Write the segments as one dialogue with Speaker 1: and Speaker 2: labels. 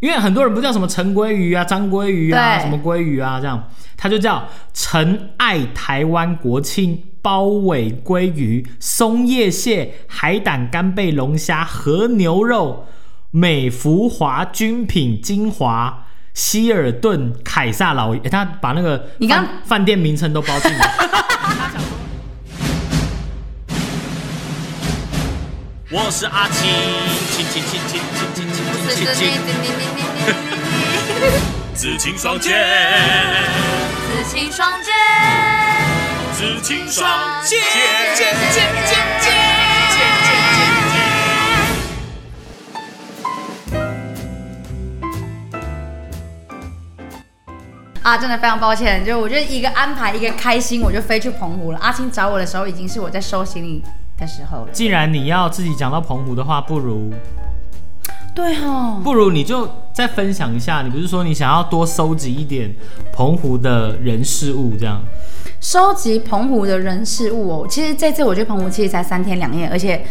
Speaker 1: 因为很多人不叫什么陈鲑鱼啊、张鲑鱼啊、
Speaker 2: 对
Speaker 1: 什么鲑鱼啊这样，它就叫陈爱台湾国庆包尾鲑鱼、松叶蟹、海胆、干贝、龙虾、和牛肉、美福华军品精华。希尔顿凯撒老爷，诶他把那个
Speaker 2: 你刚
Speaker 1: 饭饭店名称都包进来。 我是阿青，青青青青青青青青青，
Speaker 3: 紫青双剑，
Speaker 2: 紫青双剑，
Speaker 3: 紫青双剑。
Speaker 2: 剑剑剑剑剑剑。啊，真的非常抱歉，就我就一个安排，一个开心，我就飞去澎湖了。阿青找我的时候，已经是我在收行李的时候了。
Speaker 1: 既然你要自己讲到澎湖的话，不如
Speaker 2: 对哦，
Speaker 1: 不如你就再分享一下，你不是说你想要多收集一点澎湖的人事物这样？
Speaker 2: 收集澎湖的人事物哦。其实这次我去澎湖其实才三天两夜，而且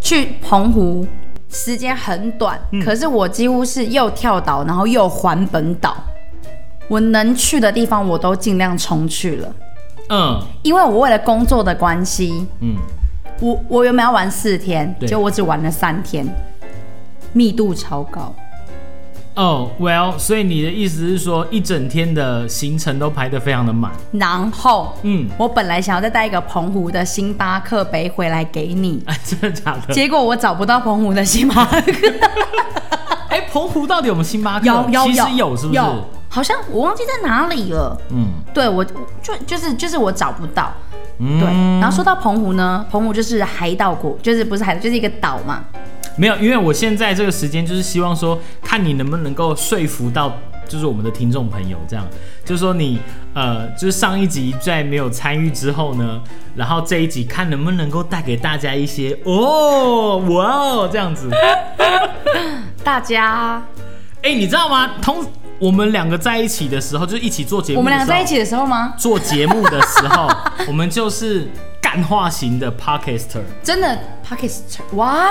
Speaker 2: 去澎湖时间很短，可是我几乎是又跳岛，然后又环本岛。我能去的地方我都尽量冲去了，
Speaker 1: 嗯
Speaker 2: 因为我为了工作的关系，
Speaker 1: 嗯，
Speaker 2: 我我原本要玩四天，
Speaker 1: 对
Speaker 2: 就我只玩了三天，密度超高。
Speaker 1: 哦、w e l l 所以你的意思是说一整天的行程都排得非常的满？
Speaker 2: 然后
Speaker 1: 嗯，
Speaker 2: 我本来想要再带一个澎湖的星巴克杯回来给 你，
Speaker 1: 哎，真的假的？
Speaker 2: 结果我找不到澎湖的星巴克。
Speaker 1: 哎、澎湖到底有没有星 巴克？
Speaker 2: 有有
Speaker 1: 其
Speaker 2: 有
Speaker 1: 实有，是不是？
Speaker 2: 有，好像我忘记在哪里了。
Speaker 1: 嗯
Speaker 2: 对，我就就是就是我找不到。
Speaker 1: 嗯，
Speaker 2: 对，然后说到澎湖呢，澎湖就是海岛国，就是不是海，就是一个岛嘛。
Speaker 1: 没有，因为我现在这个时间就是希望说，看你能不能够说服到，就是我们的听众朋友这样，就是说你呃，就是上一集在没有参与之后呢，然后这一集看能不能够带给大家一些哦哇哦这样子。
Speaker 2: 大家，
Speaker 1: 哎，你知道吗？通我们两个在一起的时候，就是一起做节目，
Speaker 2: 我们两个在一起的时候吗？
Speaker 1: 做节目的时 候，我们就是干化型的 podcaster，
Speaker 2: 真的 p o c k e t 哇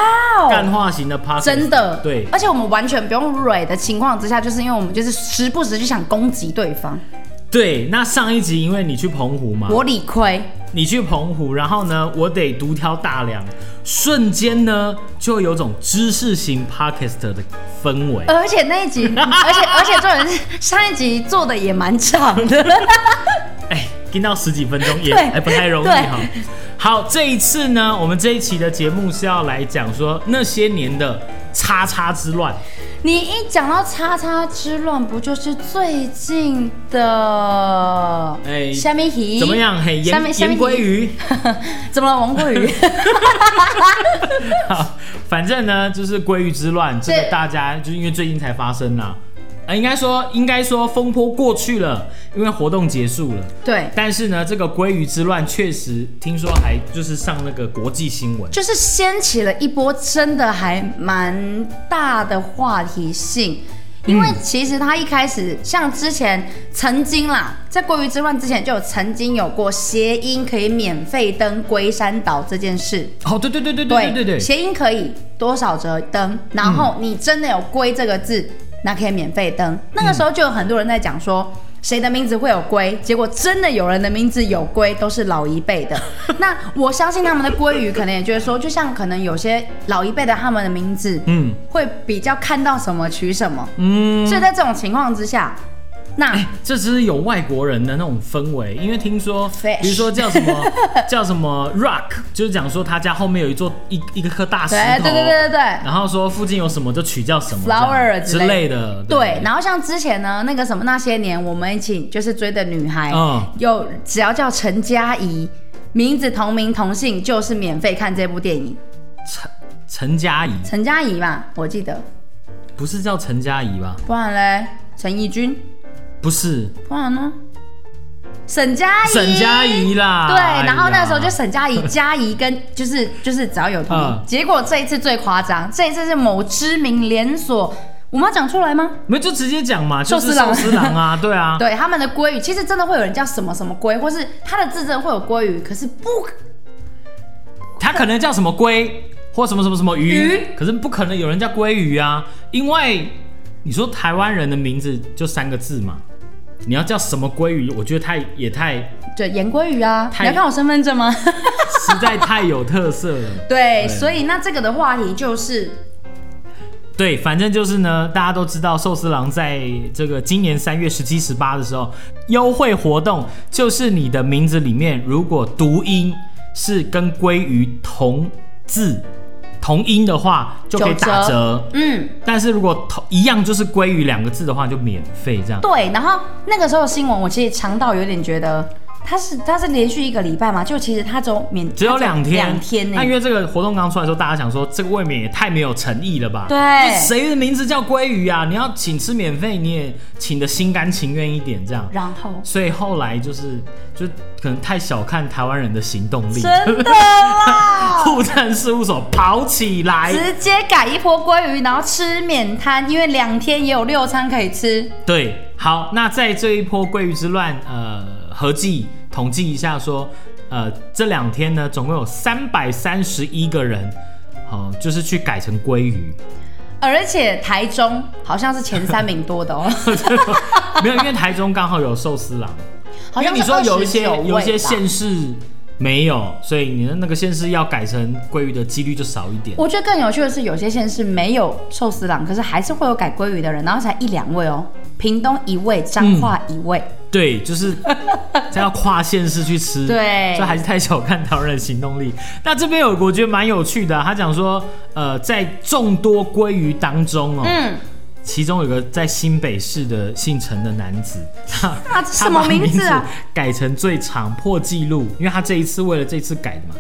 Speaker 1: 干
Speaker 2: 哦，
Speaker 1: 化型的 podcaster，
Speaker 2: 真的
Speaker 1: 对。
Speaker 2: 而且我们完全不用蕊的情况之下，就是因为我们就是时不时就想攻击对方，
Speaker 1: 啊对，那上一集因为你去澎湖嘛，
Speaker 2: 我理亏，
Speaker 1: 你去澎湖，然后呢，我得独挑大梁，瞬间呢就有种知识型 podcast 的氛围。
Speaker 2: 而且那一 集，而且而且重点是上一集做的也蛮长的。
Speaker 1: 哎，听到十几分钟也
Speaker 2: 对
Speaker 1: 哎不太容易
Speaker 2: 对
Speaker 1: 哈。好，这一次呢，我们这一期的节目是要来讲说那些年的叉叉之乱。
Speaker 2: 你一讲到叉叉之乱，不就是最近的？
Speaker 1: 哎
Speaker 2: 虾米鱼
Speaker 1: 怎么样？嘿，
Speaker 2: 虾
Speaker 1: 言
Speaker 2: 米
Speaker 1: 言归，于，
Speaker 2: 虾米鱼怎么了？王鲑鱼？
Speaker 1: 好反正呢就是鲑鱼之乱，这个
Speaker 2: 对
Speaker 1: 大家就是因为最近才发生啦、啊，应该说应该说风波过去了，因为活动结束了。
Speaker 2: 对，
Speaker 1: 但是呢，这个鲑鱼之乱确实听说还就是上那个国际新闻，
Speaker 2: 就是掀起了一波真的还蛮大的话题性。因为其实他一开始像之前曾经啦，在鲑鱼之乱之前就有曾经有过谐音可以免费登龟山岛这件事，
Speaker 1: 哦，对对对对
Speaker 2: 对
Speaker 1: 对对对对，
Speaker 2: 谐音可以多少折登，然后你真的有“龟”这个字，那可以免费登。那个时候就有很多人在讲说。谁的名字会有龟？结果真的有人的名字有龟，都是老一 辈的。那我相信他们的鲑鱼可能也觉得说，就像可能有些老一辈的他们的名字，
Speaker 1: 嗯
Speaker 2: 会比较看到什么取什么。
Speaker 1: 嗯，
Speaker 2: 所以在这种情况之下，那、
Speaker 1: 这只是有外国人的那种氛围，因为听说
Speaker 2: Fish，
Speaker 1: 比如说叫什 么叫什么 Rock，就是讲说他家后面有一座一一个颗哎大石
Speaker 2: 对
Speaker 1: 头，嗯
Speaker 2: 对对对对对，
Speaker 1: 然后说附近有什么就取叫什么
Speaker 2: Flower
Speaker 1: 之
Speaker 2: 之
Speaker 1: 类
Speaker 2: 类
Speaker 1: 的，
Speaker 2: 对，然后像之前呢，那个什么那些年我们一起就是追的女孩，
Speaker 1: 嗯
Speaker 2: 有只要叫陈佳怡，名字同名同姓，就是免费看这部电影。
Speaker 1: 陈陈佳怡
Speaker 2: 陈佳怡嘛，我记得，
Speaker 1: 不是叫陈佳怡吧？
Speaker 2: 不然嘞，陈义君，
Speaker 1: 不是
Speaker 2: 不然呢，沈佳宜，
Speaker 1: 沈佳怡啦，
Speaker 2: 对，然后那时候
Speaker 1: 哎
Speaker 2: 就
Speaker 1: 呀
Speaker 2: 沈佳宜、佳宜跟就是就是只要有同名，
Speaker 1: 嗯
Speaker 2: 结果这一次最夸张，这一次是某知名连锁，我们要讲出来吗？
Speaker 1: 没有就直接讲嘛，就是
Speaker 2: 寿司
Speaker 1: 寿
Speaker 2: 郎
Speaker 1: 司郎啊，对啊，
Speaker 2: 对，他们的鲑鱼其实真的会有人叫什么什么鲑，或是他的字真的会有鲑鱼，可是不
Speaker 1: 它可能叫什么龟或什么什么什么鱼，
Speaker 2: 鱼
Speaker 1: 可是不可能有人叫鲑鱼啊，因为你说台湾人的名字就三个字嘛，你要叫什么鲑鱼？我觉得太也太
Speaker 2: 对，盐鲑鱼啊，
Speaker 1: 太
Speaker 2: 你要看我身份证吗？
Speaker 1: 实在太有特色 了。
Speaker 2: 对，所以那这个的话题就是
Speaker 1: 对，反正就是呢，大家都知道寿司郎在这个今年三月十七、十八的时候，优惠活动就是你的名字里面如果读音是跟鲑鱼同字同音的话，就可以打
Speaker 2: 九
Speaker 1: 折。
Speaker 2: 嗯。
Speaker 1: 但是如果同一样就是“鲑鱼”两个字的话，就免费这样。
Speaker 2: 对，然后那个时候的新闻，我其实尝到有点觉得，它是它是连续一个礼拜嘛，就其实它只有免
Speaker 1: 只有两天，
Speaker 2: 两天呢、
Speaker 1: 那因为这个活动刚出来的时候，大家想说这个未免也太没有诚意了吧？
Speaker 2: 对
Speaker 1: 这谁的名字叫鲑鱼啊？你要请吃免费，你也请的心甘情愿一点这样。
Speaker 2: 然 后
Speaker 1: 所以后来就是就可能太小看台湾人的行动力，
Speaker 2: 真的啦，
Speaker 1: 户政事务所跑起来，
Speaker 2: 直接改一波鲑鱼，然后吃免摊，因为两天也有六餐可以吃。
Speaker 1: 对，好，那在这一波鲑鱼之乱，呃，合计统计一下说，呃，这两天呢，总共有三百三十一个人，哦、就是去改成鲑鱼，
Speaker 2: 而且台中好像是前三名 多的哦，
Speaker 1: 没有，因为台中刚好有寿司郎，
Speaker 2: 好
Speaker 1: 因为
Speaker 2: 像
Speaker 1: 你说有一些
Speaker 2: 29位
Speaker 1: 有一些
Speaker 2: 吧
Speaker 1: 县市没有，所以你的那个县市要改成鲑鱼的几率就少一点。
Speaker 2: 我觉得更有趣的是，有些县市没有寿司郎，可是还是会有改鲑鱼的人，然后才一两位哦，屏东一位，彰化一位，
Speaker 1: 对，就是这要跨县市去吃，
Speaker 2: 对
Speaker 1: 这还是太小看台湾人的行动力。那这边有个我觉得蛮有趣的啊、他讲说，呃，在众多鲑鱼当中哦，
Speaker 2: 嗯，
Speaker 1: 其中有个在新北市的姓陈的男子，他
Speaker 2: 啊这什么
Speaker 1: 他把名
Speaker 2: 名字啊？
Speaker 1: 改成最长破纪录，因为他这一次为了这次改的嘛，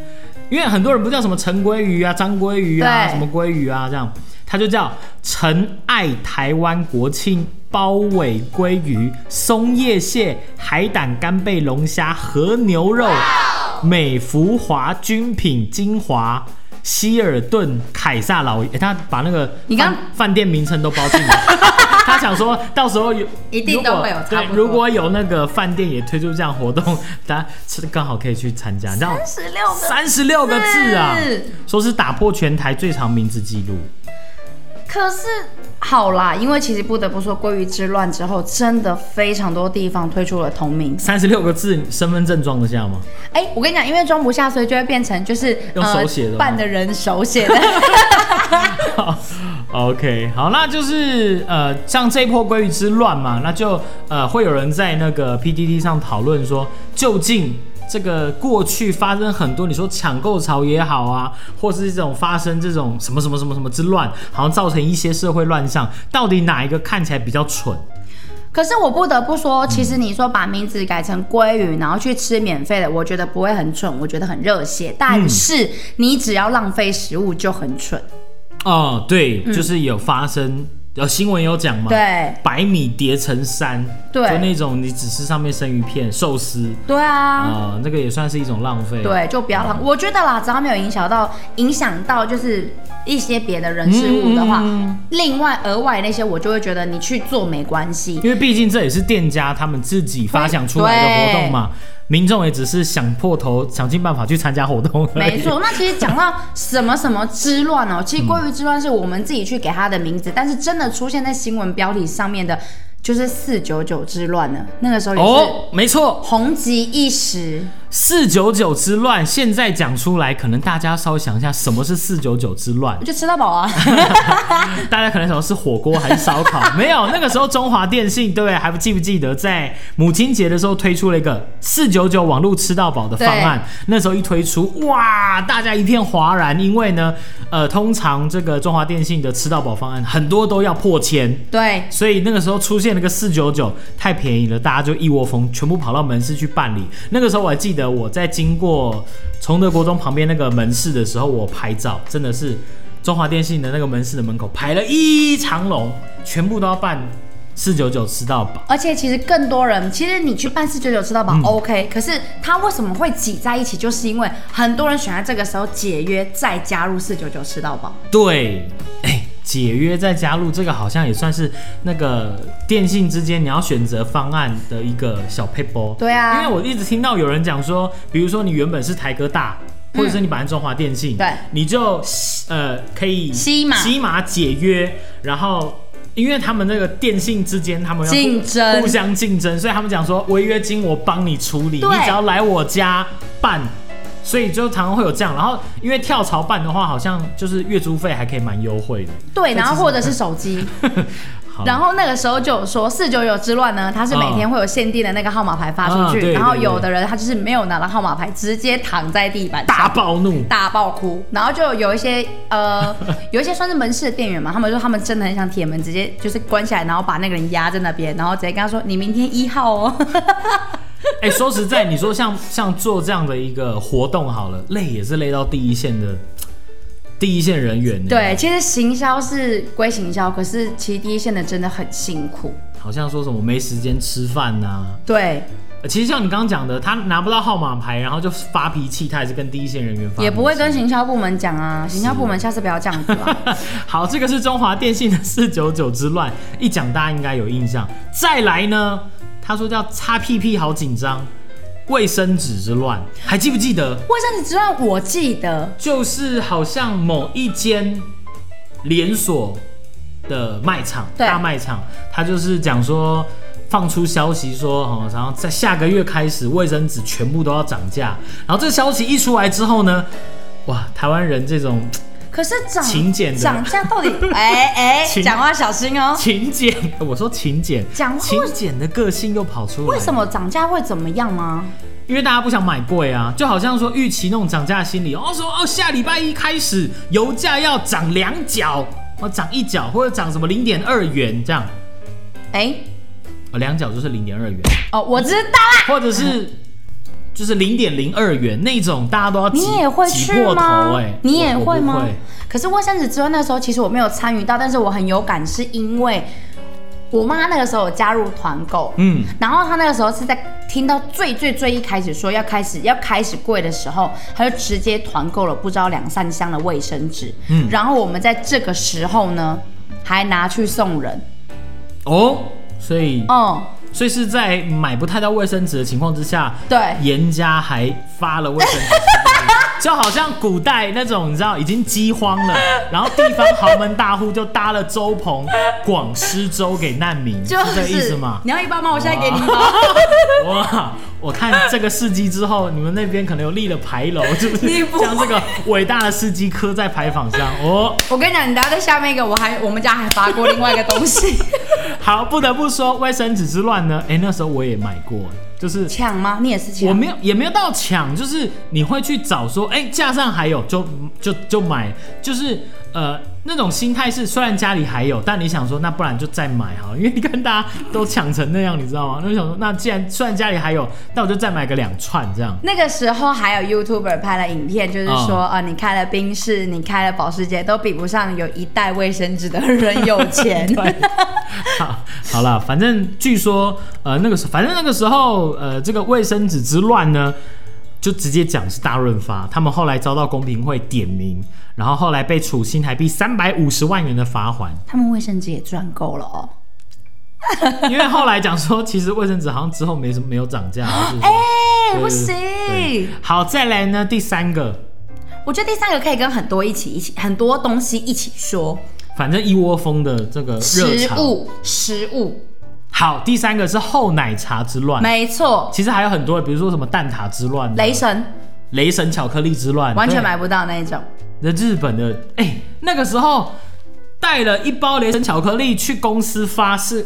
Speaker 1: 因为很多人不叫什么陈鲑鱼啊、张鲑鱼啊、
Speaker 2: 对
Speaker 1: 什么鲑鱼啊这样，他就叫陈爱台湾国庆包尾鲑鱼、松叶蟹、海胆、干贝、龙虾、和牛肉、美福华军品精华。希尔顿凯撒老爷，诶哎他把那个
Speaker 2: 你刚
Speaker 1: 饭饭店名称都包 进来，他想说到时候有
Speaker 2: 一定都会有
Speaker 1: 如果
Speaker 2: 差不
Speaker 1: 对，
Speaker 2: 多
Speaker 1: 如果有那个饭店也推出这样活动，大家是刚好可以去参加。你知道
Speaker 2: 十六个，
Speaker 1: 三十六个字啊，说是打破全台最长名字记录。
Speaker 2: 可是好啦，因为其实不得不说，鲑鱼之乱之后，真的非常多地方推出了同名。
Speaker 1: 三十六个字，身份证装得下吗？
Speaker 2: 哎、我跟你讲，因为装不下，所以就会变成就是
Speaker 1: 用
Speaker 2: 呃
Speaker 1: 手写的吗
Speaker 2: 办的人手写的。
Speaker 1: OK，好，那就是呃，像这一波鲑鱼之乱嘛，那就呃会有人在那个 PTT 上讨论说，究竟这个过去发生很多你说抢购潮也好啊，或是这种发生这种什么什么什么什么之乱，好像造成一些社会乱象，到底哪一个看起来比较蠢？
Speaker 2: 可是我不得不说，其实你说把名字改成鲑鱼，然后去吃免费的，我觉得不会很蠢，我觉得很热血。但是你只要浪费食物就很蠢。
Speaker 1: 哦，对，就是有发生，有新闻有讲嘛，
Speaker 2: 对
Speaker 1: 百米叠成山，
Speaker 2: 对
Speaker 1: 就那种你只吃上面生鱼片、寿司。
Speaker 2: 对啊，
Speaker 1: 啊、那个也算是一种浪费。
Speaker 2: 对，就不要浪。我觉得啦，只要没有影响到影响到就是一些别的人事物的话，另外额外那些我就会觉得你去做没关系。
Speaker 1: 因为毕竟这也是店家他们自己发想出来的活动嘛，民众也只是想破头想尽办法去参加活动而已。
Speaker 2: 没错，那其实讲到什么什么之乱哦，其实鲑鱼之乱是我们自己去给它的名字，但是真的出现在新闻标题上面的，就是四九九之乱呢。那个时候也是
Speaker 1: 哦，没错，
Speaker 2: 红极一时，
Speaker 1: 四九九之乱现在讲出来，可能大家稍微想一下什么是四九九之乱
Speaker 2: 我，就吃到饱啊。
Speaker 1: 大家可能想说是火锅还是烧烤？ 没有，那个时候中华电信对不对？还不记不记得在母亲节的时候推出了一个四九九网络吃到饱的方案？那时候一推出，哇，大家一片哗然，因为呢，呃，通常这个中华电信的吃到饱方案很多都要破千。
Speaker 2: 对，
Speaker 1: 所以那个时候出现了个四九九，太便宜了，大家就一窝蜂全部跑到门市去办理。那个时候我还记得我在经过崇德国中旁边那个门市的时候，我拍照真的是中华电信的那个门市的门口排了一长龙，全部都要办四九九吃到饱。
Speaker 2: 而且其实更多人，其实你去办四九九吃到饱、OK，可是它为什么会挤在一起，就是因为很多人选在这个时候解约，再加入四九九吃到饱。
Speaker 1: 对，哎，解约再加入这个好像也算是那个电信之间你要选择方案的一个小 paper。
Speaker 2: 对啊
Speaker 1: 因为我一直听到有人讲说，比如说你原本是台哥大。或者是你本来中华电信，
Speaker 2: 嗯对
Speaker 1: 你就呃可以
Speaker 2: 吸嘛
Speaker 1: 西马解约，然后因为他们那个电信之间，他们要互
Speaker 2: 竞争
Speaker 1: 互相竞争，所以他们讲说违约金我帮你处理，你
Speaker 2: 对
Speaker 1: 只要来我家办。所以就常常会有这样，然后因为跳槽办的话，好像就是月租费还可以蛮优惠的。
Speaker 2: 对，然后或者是手机，
Speaker 1: 好
Speaker 2: 然后那个时候就有说四九九之乱呢，它是每天会有限定的那个号码牌发出
Speaker 1: 啊对
Speaker 2: 去，然后
Speaker 1: 对对
Speaker 2: 有的人他就是没有拿到号码牌，直接躺在地板
Speaker 1: 大
Speaker 2: 上。
Speaker 1: 暴怒，
Speaker 2: 大爆哭，然后就有一些呃， 有一些算是门市的店员嘛，他们说他们真的很想铁门直接就是关下来，然后把那个人压在那边，然后直接跟他说你明天一 号哦，
Speaker 1: 哎、说实在，你说像像做这样的一个活动好了，累也是累到第一线的第一线人员呢。
Speaker 2: 对，，其实行销是归行销，可是其实第一线的真的很辛苦。
Speaker 1: 好像说什么没时间吃饭呐、
Speaker 2: 对，
Speaker 1: 呃其实像你刚刚讲的，他拿不到号码牌，然后就发脾气，他也是跟第一线人员发，
Speaker 2: 也不会。跟行销部门讲啊，行销部门下次不要这样子啊 了。
Speaker 1: 好，这个是中华电信的四九九之乱，一讲大家应该有印象。再来呢，他说叫擦屁屁好紧张，卫生纸之乱，还记不记得？
Speaker 2: 卫生纸之乱我记得，
Speaker 1: 就是好像某一间连锁的卖场，
Speaker 2: 对
Speaker 1: 大卖场，他就是讲说放出消息说，哦，然后在下个月开始，卫生纸全部都要涨价。然后这消息一出来之后呢，哇，台湾人这种
Speaker 2: 可是涨
Speaker 1: 勤俭的
Speaker 2: 涨 价到底？哎哎，
Speaker 1: 勤
Speaker 2: 讲话小心 哦。
Speaker 1: 勤俭，我说勤俭，
Speaker 2: 讲话
Speaker 1: 勤俭的个性又跑出来，
Speaker 2: 为什？么涨价会怎么样吗？
Speaker 1: 因为大家不想买贵啊，就好像说预期那种涨价心理，哦说哦下礼拜一开始油价要涨两角，哦涨一角或者涨什么零点二元这样，
Speaker 2: 哎，
Speaker 1: 哦两角就是零点二元，
Speaker 2: 哦，我知道啦。
Speaker 1: 或者
Speaker 2: 嗯
Speaker 1: 是就是零点零二元那种，大家都要挤
Speaker 2: 你也会
Speaker 1: 挤
Speaker 2: 去
Speaker 1: 破头
Speaker 2: 吗
Speaker 1: 哎、？
Speaker 2: 你也
Speaker 1: 我我
Speaker 2: 会
Speaker 1: 不
Speaker 2: 吗？可是卫生纸之乱那时候，其实我没有参与到，但是我很有感，是因为我妈那个时候有加入团购，
Speaker 1: 嗯，
Speaker 2: 然后她那个时候是在听到最最最一开始说要开始要开始贵的时候，她就直接团购了不知道两三箱的卫生纸，
Speaker 1: 嗯
Speaker 2: 然后我们在这个时候呢，还拿去送人，
Speaker 1: 哦，所以
Speaker 2: 哦、
Speaker 1: 所以是在买不太到卫生纸的情况之下，
Speaker 2: 对
Speaker 1: 严家还发了卫生纸。 就好像古代那种，你知道已经饥荒了，然后地方豪门大户就搭了粥棚，广施粥给难民，
Speaker 2: 就是
Speaker 1: 这个意思 吗？哦
Speaker 2: 你要一包吗？我现在给你一包。
Speaker 1: 哇！我看这个事迹之后，你们那边可能有立了牌楼，是不
Speaker 2: 你
Speaker 1: 是
Speaker 2: 不会
Speaker 1: 将这个伟大的事迹刻在牌坊上？哦，
Speaker 2: 我跟你讲，你等下在下面一个，我还我们家还发过另外一个 东西，
Speaker 1: 好，不得不说卫生纸之乱呢，哎、那时候我也买过，就是
Speaker 2: 抢吗？你也是抢？
Speaker 1: 我没有，也没有到抢，就是你会去找说，哎、架上还有就就就买，就是呃那种心态是，虽然家里还有，但你想说那不然就再买好了，因为你看大家都抢成那样，你知道吗？那就想说，那既然虽然家里还有，那我就再买个两串这样。
Speaker 2: 那个时候还有 YouTuber 拍了影片，就是说，
Speaker 1: 哦
Speaker 2: 啊，你开了冰室，你开了保时捷，都比不上有一袋卫生纸的人有 钱。
Speaker 1: 好，好啦，反正据说呃那个时，反正那个时候呃这个卫生纸之乱呢。就直接讲是大润发，他们后来遭到公平会点名，然后后来被处新台币三百五十万元的罚款。
Speaker 2: 他们卫生纸也赚够了哦。
Speaker 1: 因为后来讲说，其实卫生纸好像之后没什么没有涨价，是不是？
Speaker 2: 哎，
Speaker 1: 对
Speaker 2: 不
Speaker 1: 嗯对
Speaker 2: 行，
Speaker 1: 好，再来呢，第三个，
Speaker 2: 我觉得第三个可以跟很多一起一起很多东西一起说，
Speaker 1: 反正一窝蜂的这个热
Speaker 2: 食
Speaker 1: 潮。
Speaker 2: 物，食物，
Speaker 1: 好，第三个是后奶茶之乱。
Speaker 2: 没错，
Speaker 1: 其实还有很多，比如说什么蛋挞之乱啊、
Speaker 2: 雷神
Speaker 1: 雷神巧克力之乱，
Speaker 2: 完全
Speaker 1: 对
Speaker 2: 买不到那一种。
Speaker 1: 那日本的，哎、那个时候带了一包雷神巧克力去公司发是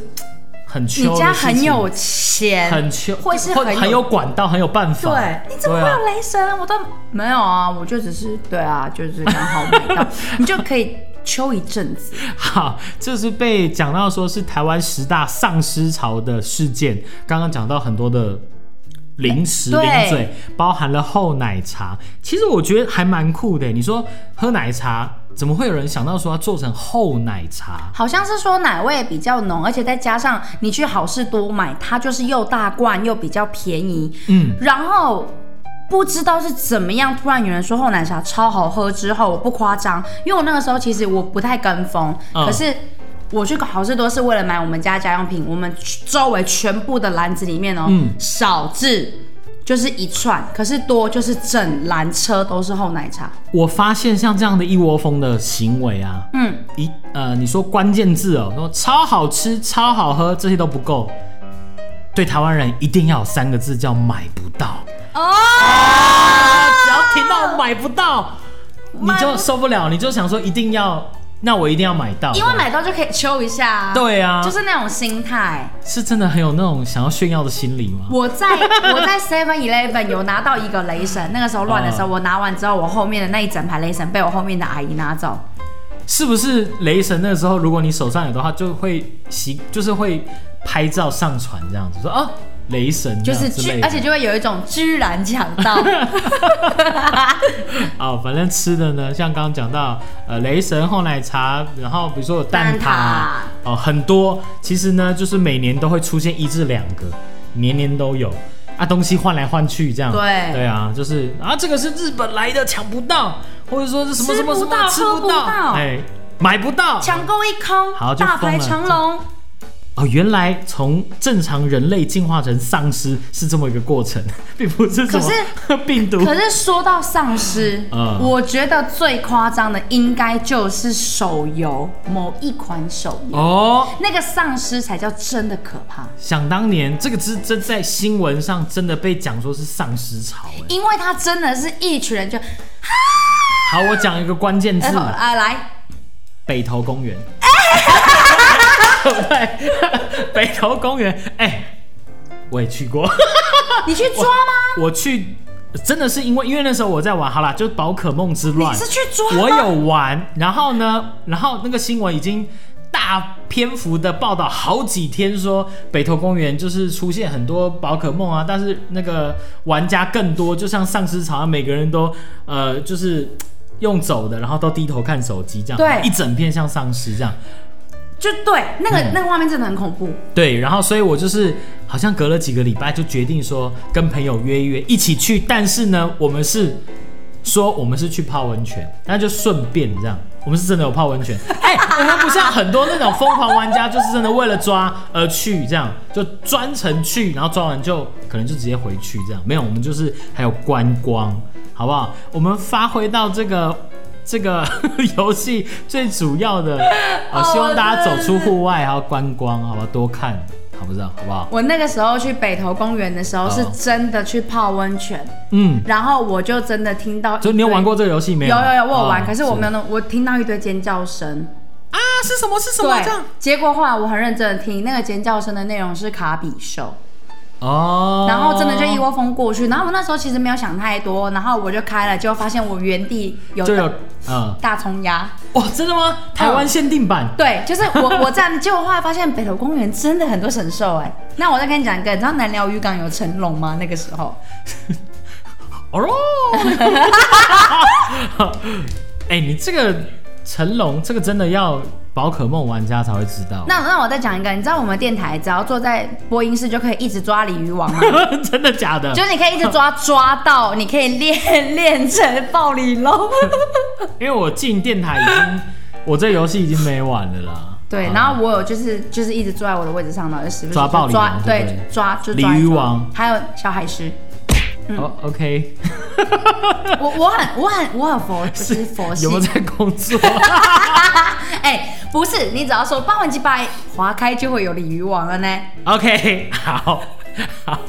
Speaker 1: 很
Speaker 2: 你
Speaker 1: 秋，
Speaker 2: 家很有钱，
Speaker 1: 很秋，
Speaker 2: 或是
Speaker 1: 或
Speaker 2: 很有
Speaker 1: 很有管道，很有办法。
Speaker 2: 对，你怎么
Speaker 1: 对
Speaker 2: 会
Speaker 1: 啊
Speaker 2: 有雷神？我都没有啊，我就只是对啊，就是刚好买到， 你就可以秋一阵子。
Speaker 1: 好，这是被讲到说是台湾十大丧尸潮的事件。刚刚讲到很多的零食
Speaker 2: 对
Speaker 1: 零嘴，包含了厚奶茶。其实我觉得还蛮酷的。你说喝奶茶，怎么会有人想到说要做成厚奶茶？
Speaker 2: 好像是说奶味比较浓，而且再加上你去好事多买，它就是又大罐又比较便宜，
Speaker 1: 嗯，
Speaker 2: 然后。不知道是怎么样，突然有人说厚哦奶茶超好喝之后，我不夸张，因为我那个时候其实我不太跟风，
Speaker 1: 嗯
Speaker 2: 可是我去好事多是为了买我们家家用品，我们周围全部的篮子里面哦，
Speaker 1: 嗯
Speaker 2: 少至就是一串，可是多就是整篮车都是厚奶茶。
Speaker 1: 我发现像这样的一窝蜂的行为啊，
Speaker 2: 嗯，
Speaker 1: 一呃，你说关键字哦，说超好吃、超好喝这些都不够，对台湾人一定要有三个字叫买不到。
Speaker 2: 哦，
Speaker 1: 啊
Speaker 2: 啊
Speaker 1: 只要听到买不到，你就受不了，你就想说一定要，那我一定要买到。
Speaker 2: 因为买到就可以秋一下、啊，
Speaker 1: 对啊，
Speaker 2: 就是那种心态。
Speaker 1: 是真的很有那种想要炫耀的心理吗？
Speaker 2: 我在 我在 Seven Eleven 有拿到一个雷神，那个时候乱的时
Speaker 1: 嗯
Speaker 2: 候，我拿完之后，我后面的那一整排雷神被我后面的阿姨拿走。
Speaker 1: 是不是雷神那时候，如果你手上有的话，就会习，就是会拍照上传这样子，说啊，雷神这
Speaker 2: 就是
Speaker 1: 样之类
Speaker 2: 居，
Speaker 1: 的
Speaker 2: 而且就会有一种居然抢到，
Speaker 1: 哦，反正吃的呢，像刚刚讲到，呃，雷神厚奶茶，然后比如说有蛋挞，
Speaker 2: 蛋
Speaker 1: 哦，很多。其实呢，就是每年都会出现一至两个，年年都有啊，东西换来换去这样。
Speaker 2: 对
Speaker 1: 对啊，就是啊，这个是日本来的，抢不到，或者说是什么什么什
Speaker 2: 吃不
Speaker 1: 么
Speaker 2: 到
Speaker 1: 吃不
Speaker 2: 喝不到
Speaker 1: 哎，买不到。
Speaker 2: 抢购一空
Speaker 1: 好，就
Speaker 2: 大
Speaker 1: 疯了
Speaker 2: 排长龙。
Speaker 1: 哦，原来从正常人类进化成丧尸是这么一个过程，并不是什
Speaker 2: 可是
Speaker 1: 么 病毒。
Speaker 2: 可是说到丧尸，
Speaker 1: 嗯
Speaker 2: 我觉得最夸张的应该就是手游某一款手游，
Speaker 1: 哦，
Speaker 2: 那个丧尸才叫真的可怕，
Speaker 1: 想当年，这个是真在新闻上真的被讲说是丧尸潮、哎，
Speaker 2: 因为它真的是一群人就，呃
Speaker 1: 好，我讲一个关键字
Speaker 2: 哎，好，啊来，
Speaker 1: 北投公 园。对不对，北投公园，哎、我也去过。
Speaker 2: 你去抓吗？
Speaker 1: 我去，真的是因为因为那时候我在玩，好啦，就是宝可梦之乱
Speaker 2: 你，是去抓吗？
Speaker 1: 我有玩。然后呢，然后那个新闻已经大篇幅的报道好几天，说北投公园就是出现很多宝可梦啊，但是那个玩家更多，就像丧尸潮啊，每个人都呃就是。用走的，然后都低头看手机，这样
Speaker 2: 对
Speaker 1: 一整片像丧尸这样，
Speaker 2: 就对，那个、
Speaker 1: 嗯
Speaker 2: 那个画面真的很恐怖。
Speaker 1: 对，然后所以我就是好像隔了几个礼拜就决定说跟朋友约一约一起去，但是呢，我们是说我们是去泡温泉，那就顺便这样。我们是真的有泡温泉，哎、我们不像很多那种疯狂玩家，就是真的为了抓而去，这样就专程去，然后抓完就可能就直接回去这样。没有，我们就是还有观光，好不好？我们发挥到这个这个游戏最主要的，呃，希望大家走出户外，还要观光，好吧，多看，好不知道，好不好？
Speaker 2: 我那个时候去北投公园的时候，
Speaker 1: 哦
Speaker 2: 是真的去泡温泉，
Speaker 1: 嗯，
Speaker 2: 然后我就真的听到一堆，
Speaker 1: 所以你有玩过这个游戏没有？
Speaker 2: 有有有，我有玩，
Speaker 1: 哦
Speaker 2: 可是我没有弄，我听到一堆尖叫声。
Speaker 1: 啊，是什么是什么
Speaker 2: 对
Speaker 1: 这样？，
Speaker 2: 结果后来我很认真的听，那个尖叫声的内容是卡比兽，
Speaker 1: 哦，
Speaker 2: 然后真的就一窝蜂过去。然后我那时候其实没有想太多，然后我就开了，结果发现我原地有
Speaker 1: 就有嗯。
Speaker 2: 大葱鸭。
Speaker 1: 哇，真的吗？
Speaker 2: 嗯
Speaker 1: 台湾限定版、
Speaker 2: 对，就是我我站，结果后来发现北投公园真的很多神兽哎、那我再跟你讲一个，你知道南寮渔港有成龙吗？那个时候
Speaker 1: 哦。 哎、你这个成龙，这个真的要宝可梦玩家才会知道。
Speaker 2: 那那我再讲一个，你知道我们电台只要坐在播音室就可以一直抓鲤 鱼王吗？
Speaker 1: 真的假的？
Speaker 2: 就是你可以一直抓抓到，你可以练练成暴鲤龙。
Speaker 1: 因为我进电台已经， 我这游戏已经没玩了啦。
Speaker 2: 对，然后我有就是就是一直坐在我的位置上，然后就时不时
Speaker 1: 啊抓
Speaker 2: 就
Speaker 1: 暴鲤
Speaker 2: 抓
Speaker 1: 龙对
Speaker 2: 对
Speaker 1: 不对
Speaker 2: 抓就抓
Speaker 1: 鲤鱼
Speaker 2: 一抓
Speaker 1: 王
Speaker 2: 还有小海狮。
Speaker 1: 哦、o k
Speaker 2: 我我很我很我 很佛，不是佛系
Speaker 1: 有没有在工作？
Speaker 2: 哎、不是，你只要说八万几百划开就会有鲤鱼王了呢。
Speaker 1: OK，好， 好，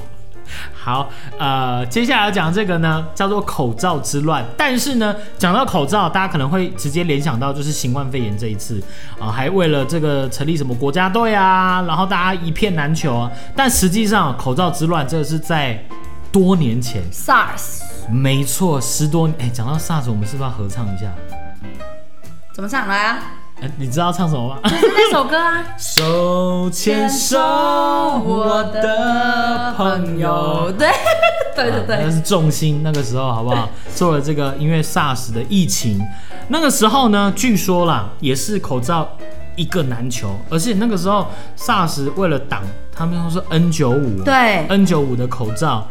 Speaker 1: 好，呃，接下来要讲这个呢，叫做口罩之乱。但是呢，讲到口罩，大家可能会直接联想到就是新冠肺炎这一次啊、还为了这个成立什么国家队啊，然后大家一片难求啊。但实际上，口罩之乱这个是在多年前，
Speaker 2: SARS
Speaker 1: 没错，十多年。哎，讲到 SARS，我们是不是要合唱一下？
Speaker 2: 怎么上来啊？
Speaker 1: 哎，你知道唱什么吗？，
Speaker 2: 就是那首歌啊
Speaker 1: 手牵手，我的朋友。
Speaker 2: 对对 对
Speaker 1: 啊那
Speaker 2: 对，
Speaker 1: 是重心那个时候好不 好？做了这个因为 SARS 的疫情，那个时候呢，据说啦，也是口罩一个难求，而且那个时候 SARS 为了挡，他们说是 N 九五，啊
Speaker 2: 对
Speaker 1: ，N 九五的口罩，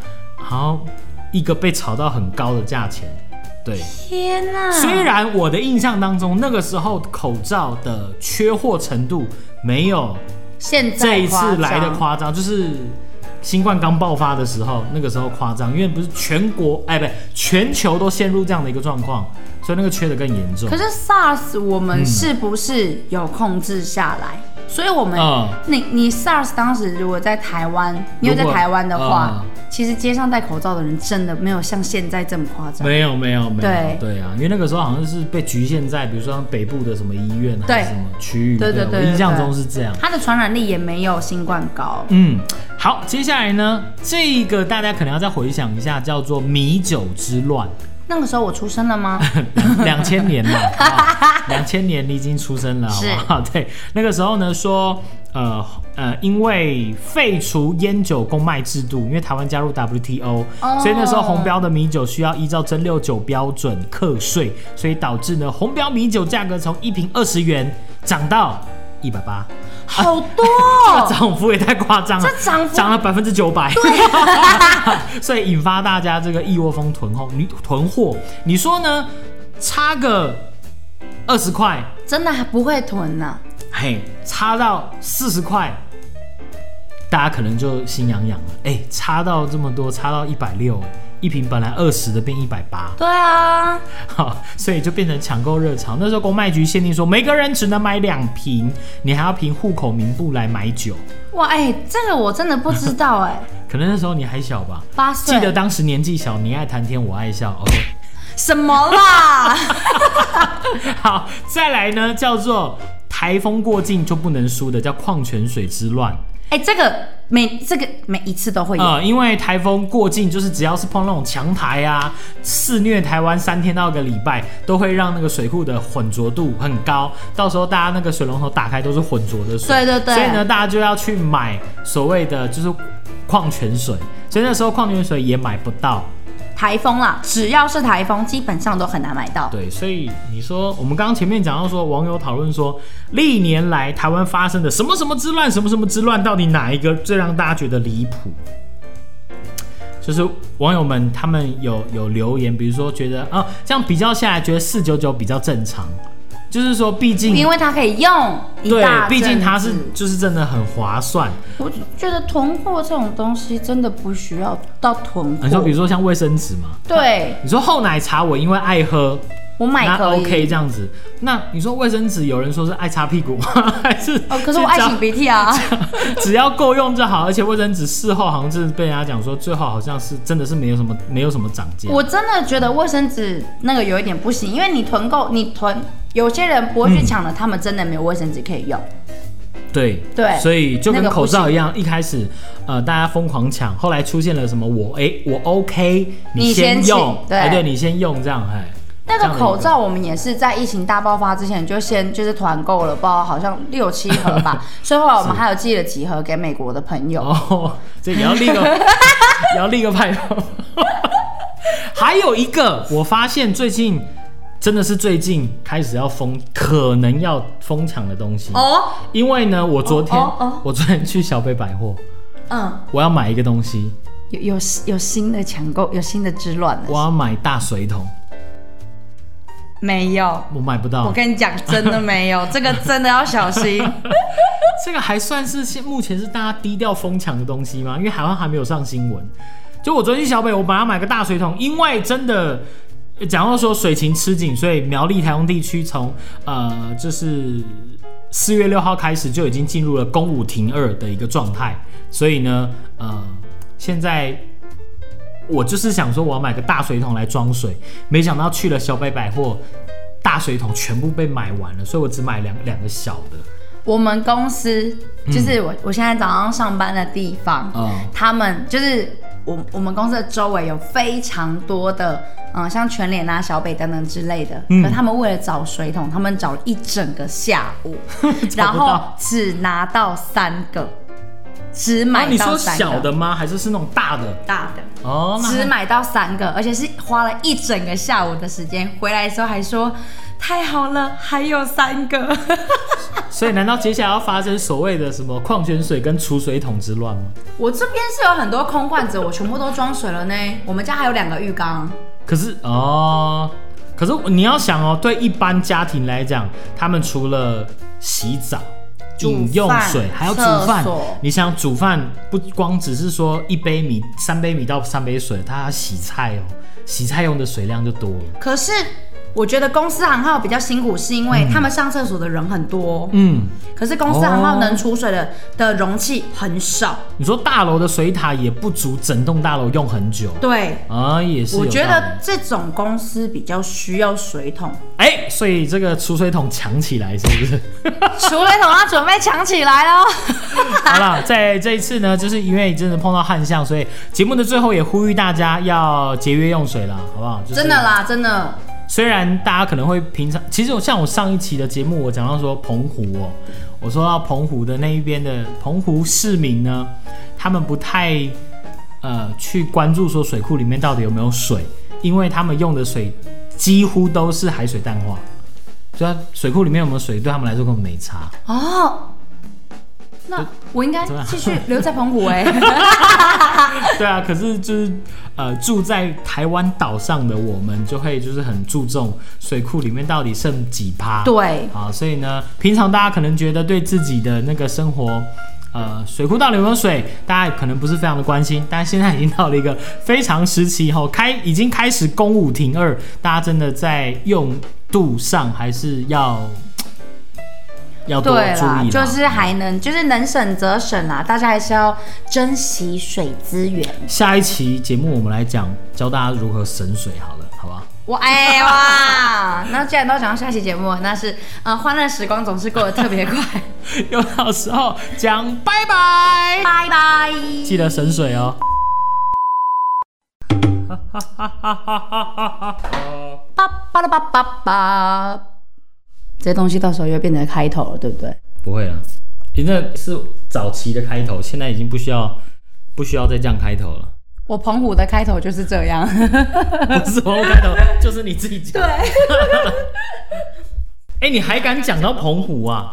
Speaker 1: 然后一个被炒到很高的价钱，对。
Speaker 2: 天哪、
Speaker 1: 虽然我的印象当中，那个时候口罩的缺货程度没有
Speaker 2: 现在
Speaker 1: 这一次
Speaker 2: 夸张
Speaker 1: 来的夸张，就是新冠刚爆发的时候，那个时候夸张，因为不是全国哎，不对，全球都陷入这样的一个状况，所以那个缺的更严重
Speaker 2: 可。是 SARS 我
Speaker 1: 嗯
Speaker 2: 们是不是有控制下来？所以我们，
Speaker 1: 嗯
Speaker 2: 你你 SARS 当时如果在台湾，你有在
Speaker 1: 如果
Speaker 2: 台湾的话，
Speaker 1: 嗯
Speaker 2: 其实街上戴口罩的人真的没有像现在这么夸张。
Speaker 1: 没有没有没有，
Speaker 2: 对
Speaker 1: 啊，因为那个时候好像是被局限在，比如说像北部的什么医院啊
Speaker 2: 对
Speaker 1: 还是什么区域，
Speaker 2: 对对对
Speaker 1: 我
Speaker 2: 对
Speaker 1: 印象
Speaker 2: 对
Speaker 1: 中是这样。
Speaker 2: 它的传染力也没有新冠高。
Speaker 1: 嗯，好，接下来呢，这个大家可能要再回想一下，叫做米酒之乱，
Speaker 2: 那个时候我出生了 吗？
Speaker 1: 两千年嘛，啊两千年你已经出生了，好不好？ 对，那个时候呢说，呃呃，因为废除烟酒公卖制度，因为台湾加入 WTO，、
Speaker 2: 哦
Speaker 1: 所以那时候红标的米酒需要依照蒸馏酒标准课税，所以导致呢红标米酒价格从一瓶二十元涨到一百八。
Speaker 2: 好多、
Speaker 1: 这个
Speaker 2: 哦，
Speaker 1: 涨幅也太夸张了，
Speaker 2: 这涨幅
Speaker 1: 了百分之九百， 所以引发大家这个一窝蜂囤货。你囤货，你说呢？差个二十块，
Speaker 2: 真的还不会囤呐、
Speaker 1: 嘿，差到四十块，大家可能就心痒痒了。哎、差到这么多，差到一百六，一瓶本来二十的变一百八，
Speaker 2: 对啊，
Speaker 1: 好，所以就变成抢购热潮。那时候公卖局限定说，每个人只能买两瓶，你还要凭户口名簿来买酒。
Speaker 2: 哇，哎、这个我真的不知道哎、
Speaker 1: 可能那时候你还小吧，
Speaker 2: 八岁
Speaker 1: 记得当时年纪小，你爱谈天，我爱笑。OK，
Speaker 2: 什么啦？
Speaker 1: 好，再来呢，叫做台风过境就不能输的，叫矿泉水之乱。
Speaker 2: 哎、这个每这个每一次都会有，
Speaker 1: 呃，因为台风过境，就是只要是碰那种强台啊，肆虐台湾三天到一个礼拜，都会让那个水库的混浊度很高，到时候大家那个水龙头打开都是混浊的水。
Speaker 2: 对对对
Speaker 1: 所以呢，大家就要去买所谓的就是矿泉水，所以那时候矿泉水也买不到。
Speaker 2: 台风啦，只要是台风，基本上都很难买到。
Speaker 1: 对，所以你说我们刚刚前面讲到说，网友讨论说，历年来台湾发生的什么什么之乱，什么什么之乱，到底哪一个最让大家觉得离谱？就是网友们他们有有留言，比如说觉得啊，这样比较下来，觉得四九九比较正常，就是说，毕
Speaker 2: 因
Speaker 1: 竟
Speaker 2: 为它可以用一
Speaker 1: 对
Speaker 2: 大，阵
Speaker 1: 毕
Speaker 2: 子
Speaker 1: 竟它是就是真的很划算。
Speaker 2: 我觉得囤货这种东西真的不需要到囤货。
Speaker 1: 你说比如说像卫生纸嘛，
Speaker 2: 对
Speaker 1: 你说厚奶茶，我因为爱喝，
Speaker 2: 我买
Speaker 1: 那
Speaker 2: 可以
Speaker 1: OK 这样子。那你说卫生纸，有人说是爱擦屁股吗？ 还是
Speaker 2: 哦，可是我爱
Speaker 1: 只要
Speaker 2: 擤鼻涕 啊。
Speaker 1: 只要够用就好，而且卫生纸事后好像是被人家讲说，最后好像是真的是没有什么没有什么涨价。
Speaker 2: 我真的觉得卫生纸那个有一点不行，因为你囤够，你囤有些人不会去抢了，他们真的没有卫生纸可以用。
Speaker 1: 嗯对
Speaker 2: 对
Speaker 1: 所以就跟
Speaker 2: 那个不
Speaker 1: 口
Speaker 2: 行
Speaker 1: 罩一样，一开始呃大家疯狂抢，后来出现了什么我哎、我 OK，
Speaker 2: 你先
Speaker 1: 先
Speaker 2: 请
Speaker 1: 用，
Speaker 2: 对
Speaker 1: 哎对你先用这样哎。
Speaker 2: 那
Speaker 1: 这样的
Speaker 2: 个
Speaker 1: 一
Speaker 2: 口罩我们也是在疫情大爆发之前就先就是团购了，不知道好像六七盒 吧，所以后来我们还有寄了几盒给美国的朋友。
Speaker 1: 哦，这也要立 个也要立个派头。 还有一个，我发现最近真的是最近开始要疯，可能要疯抢的东西
Speaker 2: 哦，
Speaker 1: 因为呢，我昨天、
Speaker 2: 哦哦
Speaker 1: 我昨天去小北百货，
Speaker 2: 嗯，
Speaker 1: 我要买一个东西，
Speaker 2: 有有有新的抢购，有新的之乱
Speaker 1: 我
Speaker 2: 了。
Speaker 1: 要买大水桶，
Speaker 2: 没有，
Speaker 1: 我买不
Speaker 2: 我
Speaker 1: 到。
Speaker 2: 跟你讲，真的没有，这个真的要小心。
Speaker 1: 这个还算是现目前是大家低调疯抢的东西吗？因为台湾还没有上新闻。就我昨天去小北，我本来要买个大水桶，因为真的。呃讲到说水情吃紧，所以苗栗、台东地区从呃，就是四月六号开始就已经进入了公五停二的一个状态，所以呢，呃，现在我就是想说，我要买个大水桶来装水，没想到去了小北百货，大水桶全部被买完了，所以我只买两两个小的。
Speaker 2: 我们公司就是我、我现在早上上班的地方，
Speaker 1: 嗯
Speaker 2: 他们就是我我们公司的周围有非常多的。嗯，像全脸啊、小北等等之类的，
Speaker 1: 嗯
Speaker 2: 可他们为了找水桶，他们找了一整个下 午，然后只拿到三个，只
Speaker 1: 啊，
Speaker 2: 买
Speaker 1: 你
Speaker 2: 到
Speaker 1: 说
Speaker 2: 三个，
Speaker 1: 小的吗？还是是那种大的？
Speaker 2: 大的，
Speaker 1: 哦，那
Speaker 2: 只
Speaker 1: 还
Speaker 2: 买到三个，而且是花了一整个下午的时间。回来的时候还说太好了，还有三个。
Speaker 1: 所以难道接下来要发生所谓的什么矿泉水跟储水桶之乱吗？
Speaker 2: 我这边是有很多空罐子，我全部都装水了呢。我们家还有两个浴缸，
Speaker 1: 可是哦，可是你要想哦，对一般家庭来讲，他们除了洗澡。
Speaker 2: 煮
Speaker 1: 饮用
Speaker 2: 饭
Speaker 1: 水，还要煮
Speaker 2: 嗯厕
Speaker 1: 饭
Speaker 2: 所。
Speaker 1: 你想煮饭不光只是说一杯米、三杯米到三杯水，它还要洗菜哦，洗菜用的水量就多了。
Speaker 2: 可是我觉得公司行号比较辛苦，是因为他们上厕所的人很多，
Speaker 1: 嗯，
Speaker 2: 可是公司行号
Speaker 1: 哦
Speaker 2: 能储水的、的容器很少。
Speaker 1: 你说大楼的水塔也不足整栋大楼用很久
Speaker 2: 对，
Speaker 1: 啊，也是有
Speaker 2: 我
Speaker 1: 道理。
Speaker 2: 觉得这种公司比较需要水 桶，
Speaker 1: 哎、所以这个储水桶抢起来是不是？
Speaker 2: 储水桶要准备抢起来喽。
Speaker 1: 好了，在这一次呢，就是因为真的碰到旱象，所以节目的最后也呼吁大家要节约用水啦，好不好？就是、
Speaker 2: 真的啦，真的，
Speaker 1: 虽然大家可能会平常，其实我像我上一期的节目，我讲到说澎湖哦，我说到澎湖的那一边的澎湖市民呢，他们不太呃去关注说水库里面到底有没有水，因为他们用的水几乎都是海水淡化，所以它水库里面有没有水对他们来说根本没差。
Speaker 2: 哦。那我应该
Speaker 1: 怎么样
Speaker 2: 继续留在 澎湖哎、
Speaker 1: 对啊，可是就是呃住在台湾岛上的我们，就会就是很注重水库里面到底剩几趴。
Speaker 2: 对
Speaker 1: 啊，所以呢，平常大家可能觉得对自己的那个生活。呃，水库到底有没有水？大家可能不是非常的关心，但现在已经到了一个非常时期吼，开已经开始公五停二，大家真的在用度上还是要要多
Speaker 2: 对
Speaker 1: 注
Speaker 2: 啦
Speaker 1: 意，
Speaker 2: 就是还能就是能省则省啦，大家还是要珍惜水资源。
Speaker 1: 下一期节目我们来讲教大家如何省水，好了，好不好？
Speaker 2: 哇哎哇！ 那既然都讲到下期节目了，那是呃，欢乐时光总是过得特 别快，
Speaker 1: 有到时候讲拜拜，
Speaker 2: 拜拜。
Speaker 1: 记得省水哦。
Speaker 2: 叭叭啦叭叭叭，这些东西到时候又变成开头了，对不对？
Speaker 1: 不会了，你那是早期的开头，现在已经不需要不需要再这样开头 了。
Speaker 2: 我澎湖的开头就是这样。
Speaker 1: 不是我开头，就是你自己讲。
Speaker 2: 对。
Speaker 1: 哎、你还敢讲到澎湖啊？